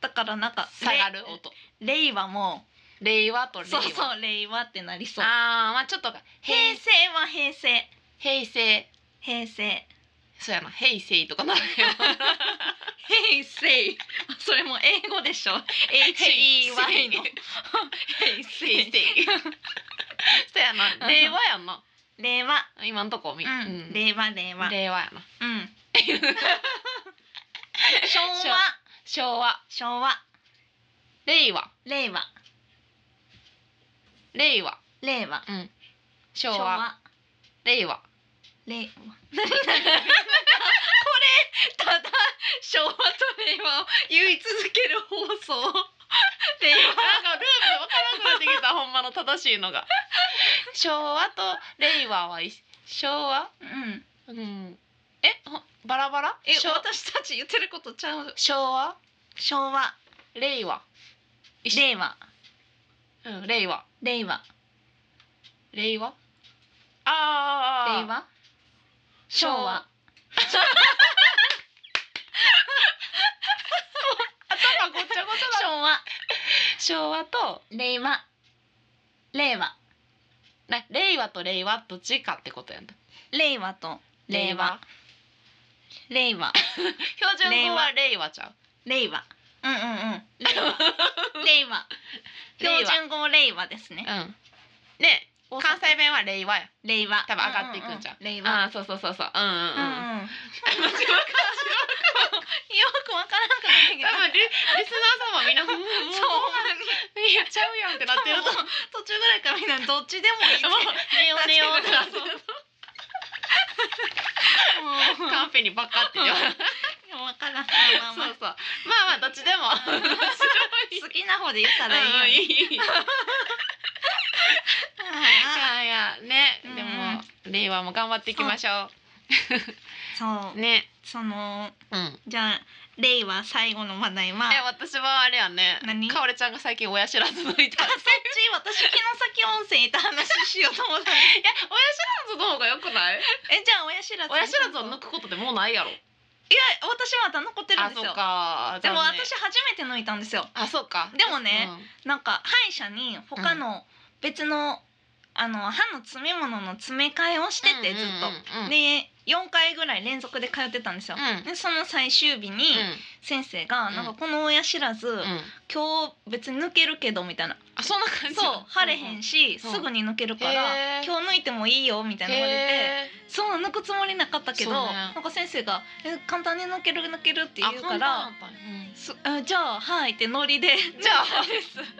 Speaker 1: だからなんか
Speaker 2: 下がる音
Speaker 1: れ令和も
Speaker 2: 令和と令
Speaker 1: そ
Speaker 2: 和
Speaker 1: うそう令和ってなりそう
Speaker 2: あーまあちょっとか
Speaker 1: 平
Speaker 2: 平
Speaker 1: 成は平成
Speaker 2: 平成
Speaker 1: 平成
Speaker 2: そうやな平成とかならへん
Speaker 1: 平成 それも英語でしょ HEY の
Speaker 2: 平
Speaker 1: 平成
Speaker 2: 成 そうやな令和やんな
Speaker 1: 令和
Speaker 2: 今んとこみ、
Speaker 1: う
Speaker 2: うん
Speaker 1: ん令和令和
Speaker 2: 令和やな
Speaker 1: うん昭和
Speaker 2: 昭和
Speaker 1: 昭和
Speaker 2: 令和
Speaker 1: 令和
Speaker 2: 令和
Speaker 1: 令和
Speaker 2: うん
Speaker 1: 昭
Speaker 2: 昭和
Speaker 1: 和
Speaker 2: 令和
Speaker 1: 令和何々なんかこれただ昭和と令和を言い続ける放送令
Speaker 2: なんかループわからなくなってきたほんまの正しいのが 昭和と令和は一緒昭和
Speaker 1: 和うん
Speaker 2: うんえほバラバラ
Speaker 1: え
Speaker 2: 昭
Speaker 1: 私たち言ってることちゃう
Speaker 2: 昭和
Speaker 1: 昭和
Speaker 2: 令和
Speaker 1: 令和
Speaker 2: うん令和
Speaker 1: 令和
Speaker 2: 令和
Speaker 1: あ
Speaker 2: 令
Speaker 1: 令和
Speaker 2: 和
Speaker 1: 昭和
Speaker 2: 頭ごっちゃごちゃだ
Speaker 1: 昭和
Speaker 2: 昭和と
Speaker 1: 令和令和
Speaker 2: な令和と令和どっちかってことやんな
Speaker 1: 令和と令和令和
Speaker 2: 標準語は令和ちゃう
Speaker 1: 令和うんうん うん令和標準語令和ですね
Speaker 2: うんで関西弁は令和や
Speaker 1: 令和
Speaker 2: 多分上がっていくんじゃん
Speaker 1: うう令和
Speaker 2: ああそうそうそうそううんうん
Speaker 1: うんうん
Speaker 2: うん
Speaker 1: よくわからんくなってき
Speaker 2: 多
Speaker 1: た
Speaker 2: 分リリスナーさんはみんな「うんうんうん
Speaker 1: そうほんまに
Speaker 2: いやちゃうやん」ってなってると思う
Speaker 1: 途中ぐらいからみんなどっちでもいいって
Speaker 2: もうネオネオってなってる
Speaker 1: もう
Speaker 2: カンペにばっかって言われる
Speaker 1: わからん
Speaker 2: そ
Speaker 1: まあ
Speaker 2: うそ
Speaker 1: まあまあ
Speaker 2: うまあまあどっちでも
Speaker 1: うん好きな方で言ったらいいよ、ね、
Speaker 2: いいいいい
Speaker 1: あ
Speaker 2: やいやね、
Speaker 1: うん
Speaker 2: でも令和も頑張っていきましょ
Speaker 1: あそうう
Speaker 2: ね
Speaker 1: その
Speaker 2: うん
Speaker 1: じゃあ令和最後の話題は
Speaker 2: え私はあれやね
Speaker 1: 何
Speaker 2: かおれちゃんが最近親知らず 抜いた
Speaker 1: あそっち私城崎温泉行った話しようと思ったのに
Speaker 2: いや親知らずの方がよくない
Speaker 1: えじゃあ親知らず
Speaker 2: 親知らずを抜くことってもうないやろ
Speaker 1: いや私まだ残ってるん
Speaker 2: あ
Speaker 1: で
Speaker 2: そ
Speaker 1: す
Speaker 2: う
Speaker 1: よ
Speaker 2: か
Speaker 1: でも
Speaker 2: 残念
Speaker 1: 私初めて抜いたんですよ
Speaker 2: あそうか
Speaker 1: でもね、
Speaker 2: うん
Speaker 1: なんか歯医者に他の別の、あの歯の詰め物の詰め替えをしててずっと、
Speaker 2: うんうんうん
Speaker 1: で4回ぐらい連続で通ってたんですよ、
Speaker 2: うん
Speaker 1: でその最終日に先生が、
Speaker 2: うん
Speaker 1: なんかこの親知らず、
Speaker 2: うんうん
Speaker 1: 今日別に抜けるけどみたいな、
Speaker 2: あそんな感じ
Speaker 1: そう腫れへん
Speaker 2: し
Speaker 1: し、
Speaker 2: うん
Speaker 1: すぐに抜けるから、
Speaker 2: へー
Speaker 1: 今日抜いてもいいよみたいなのが出てそんな抜くつもりなかったけど、
Speaker 2: そうね
Speaker 1: なんか先生が「え簡単に抜ける抜ける」って言うか
Speaker 2: あ
Speaker 1: ら
Speaker 2: 簡単簡単うん
Speaker 1: 「すあじゃあはい」ってノリで
Speaker 2: じゃあ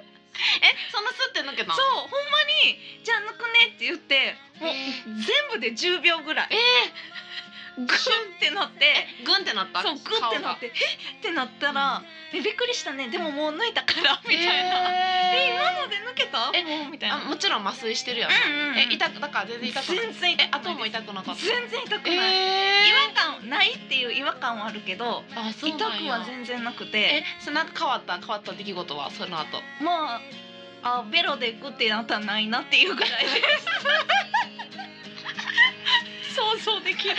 Speaker 2: えそんなすって抜けたの
Speaker 1: そうほんまに「じゃあ抜くね」って言ってもう全部で10秒ぐらい
Speaker 2: え
Speaker 1: グンってなって
Speaker 2: ーグンってなった
Speaker 1: そうグンってなって「えっ?」ってなったら「えびっくりしたねでももう抜いたから」み
Speaker 2: み
Speaker 1: た
Speaker 2: た
Speaker 1: い
Speaker 2: い
Speaker 1: な「
Speaker 2: な
Speaker 1: え今ので抜けた?」
Speaker 2: え
Speaker 1: もうみたい
Speaker 2: あ
Speaker 1: な
Speaker 2: もちろん麻酔してるよね、
Speaker 1: うんうんうん
Speaker 2: え痛くだから全然痛くない
Speaker 1: 全然
Speaker 2: え
Speaker 1: 痛く
Speaker 2: 後
Speaker 1: な
Speaker 2: も
Speaker 1: い
Speaker 2: 痛くなかった
Speaker 1: 全然痛くない、違
Speaker 2: え
Speaker 1: 和感ないっていう違和感はあるけど
Speaker 2: ー、あそう
Speaker 1: 痛く
Speaker 2: なんや
Speaker 1: は全然なく
Speaker 2: え
Speaker 1: て
Speaker 2: そのなんか変わった変わった出来事はその後
Speaker 1: もうあベロでグってなったらないなっていうぐらいです想像できるやつ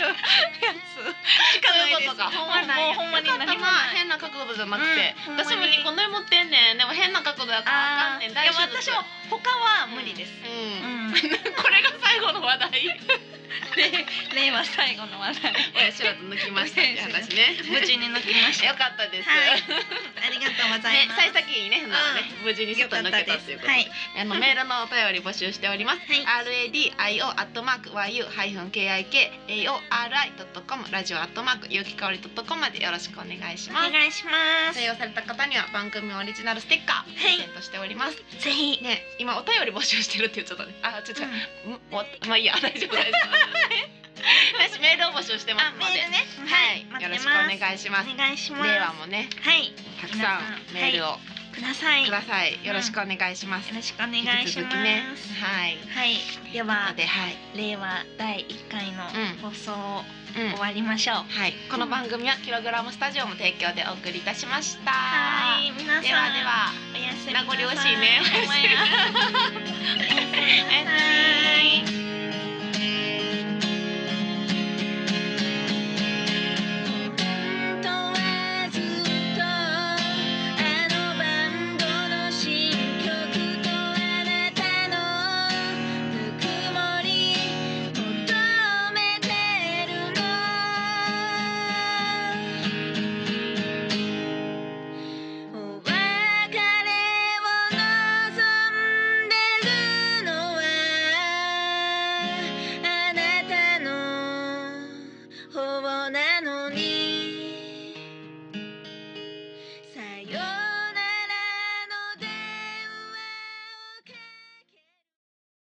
Speaker 1: しかないです
Speaker 2: そういうことかほんまなんや
Speaker 1: もうほんまに何もな
Speaker 2: よかっ
Speaker 1: い
Speaker 2: たな変な角度じゃなくて、
Speaker 1: うんほんまに
Speaker 2: 私も2個目持ってんねんでも変な角度や からあかん
Speaker 1: あ
Speaker 2: ねん
Speaker 1: ー
Speaker 2: 大
Speaker 1: でも
Speaker 2: 丈夫
Speaker 1: 私も他は無理です、
Speaker 2: うん、うん
Speaker 1: うん、
Speaker 2: これが最後の話題
Speaker 1: 令和最後の話題
Speaker 2: 親知らず抜きましたって話 ね
Speaker 1: 無事に抜きました
Speaker 2: よかったです、
Speaker 1: はいありがとうござい
Speaker 2: ね
Speaker 1: ま、す、
Speaker 2: 幸先いいね、なのね無事に外
Speaker 1: よかっ
Speaker 2: 抜
Speaker 1: た
Speaker 2: け
Speaker 1: で
Speaker 2: た
Speaker 1: す
Speaker 2: ということで
Speaker 1: はい
Speaker 2: あのメールのお便り募集しております。
Speaker 1: は
Speaker 2: R A D I O アットマーク Y U ハイフン K I K A O R I ドットコムラジオアットマーク有機香りドットコムまでよろしくお願いしま
Speaker 1: お願いします
Speaker 2: す。採用された方には番組オリジナルステッカープレゼントしております。
Speaker 1: ぜひ
Speaker 2: ね、今お便り募集してるって言っちゃったね。あ、ちょっと、
Speaker 1: うん
Speaker 2: うん、おまあいいや、大丈夫大丈 夫。私メールを募集してます
Speaker 1: あ
Speaker 2: の
Speaker 1: メール
Speaker 2: で、
Speaker 1: ね
Speaker 2: はい、
Speaker 1: 待
Speaker 2: よ
Speaker 1: っ
Speaker 2: ろ
Speaker 1: てま
Speaker 2: し
Speaker 1: す
Speaker 2: くお願いします。
Speaker 1: お願いします
Speaker 2: 令和もね、
Speaker 1: はい
Speaker 2: たくさんメールを
Speaker 1: ください
Speaker 2: く
Speaker 1: よ
Speaker 2: ださい。よろしくお願いします。
Speaker 1: ろしくお願いし
Speaker 2: 引き続
Speaker 1: ます
Speaker 2: きね、はい。
Speaker 1: はいでは
Speaker 2: で、はい。
Speaker 1: 令和第1回の
Speaker 2: う
Speaker 1: 放送を
Speaker 2: うん
Speaker 1: 終わりましょう、
Speaker 2: はい、この番組はキログラムスタジオの提供でお送りいたしました。
Speaker 1: はい皆さん
Speaker 2: ではでは、
Speaker 1: おやすみ
Speaker 2: 名
Speaker 1: なさい
Speaker 2: 残惜しいね。
Speaker 1: お前ら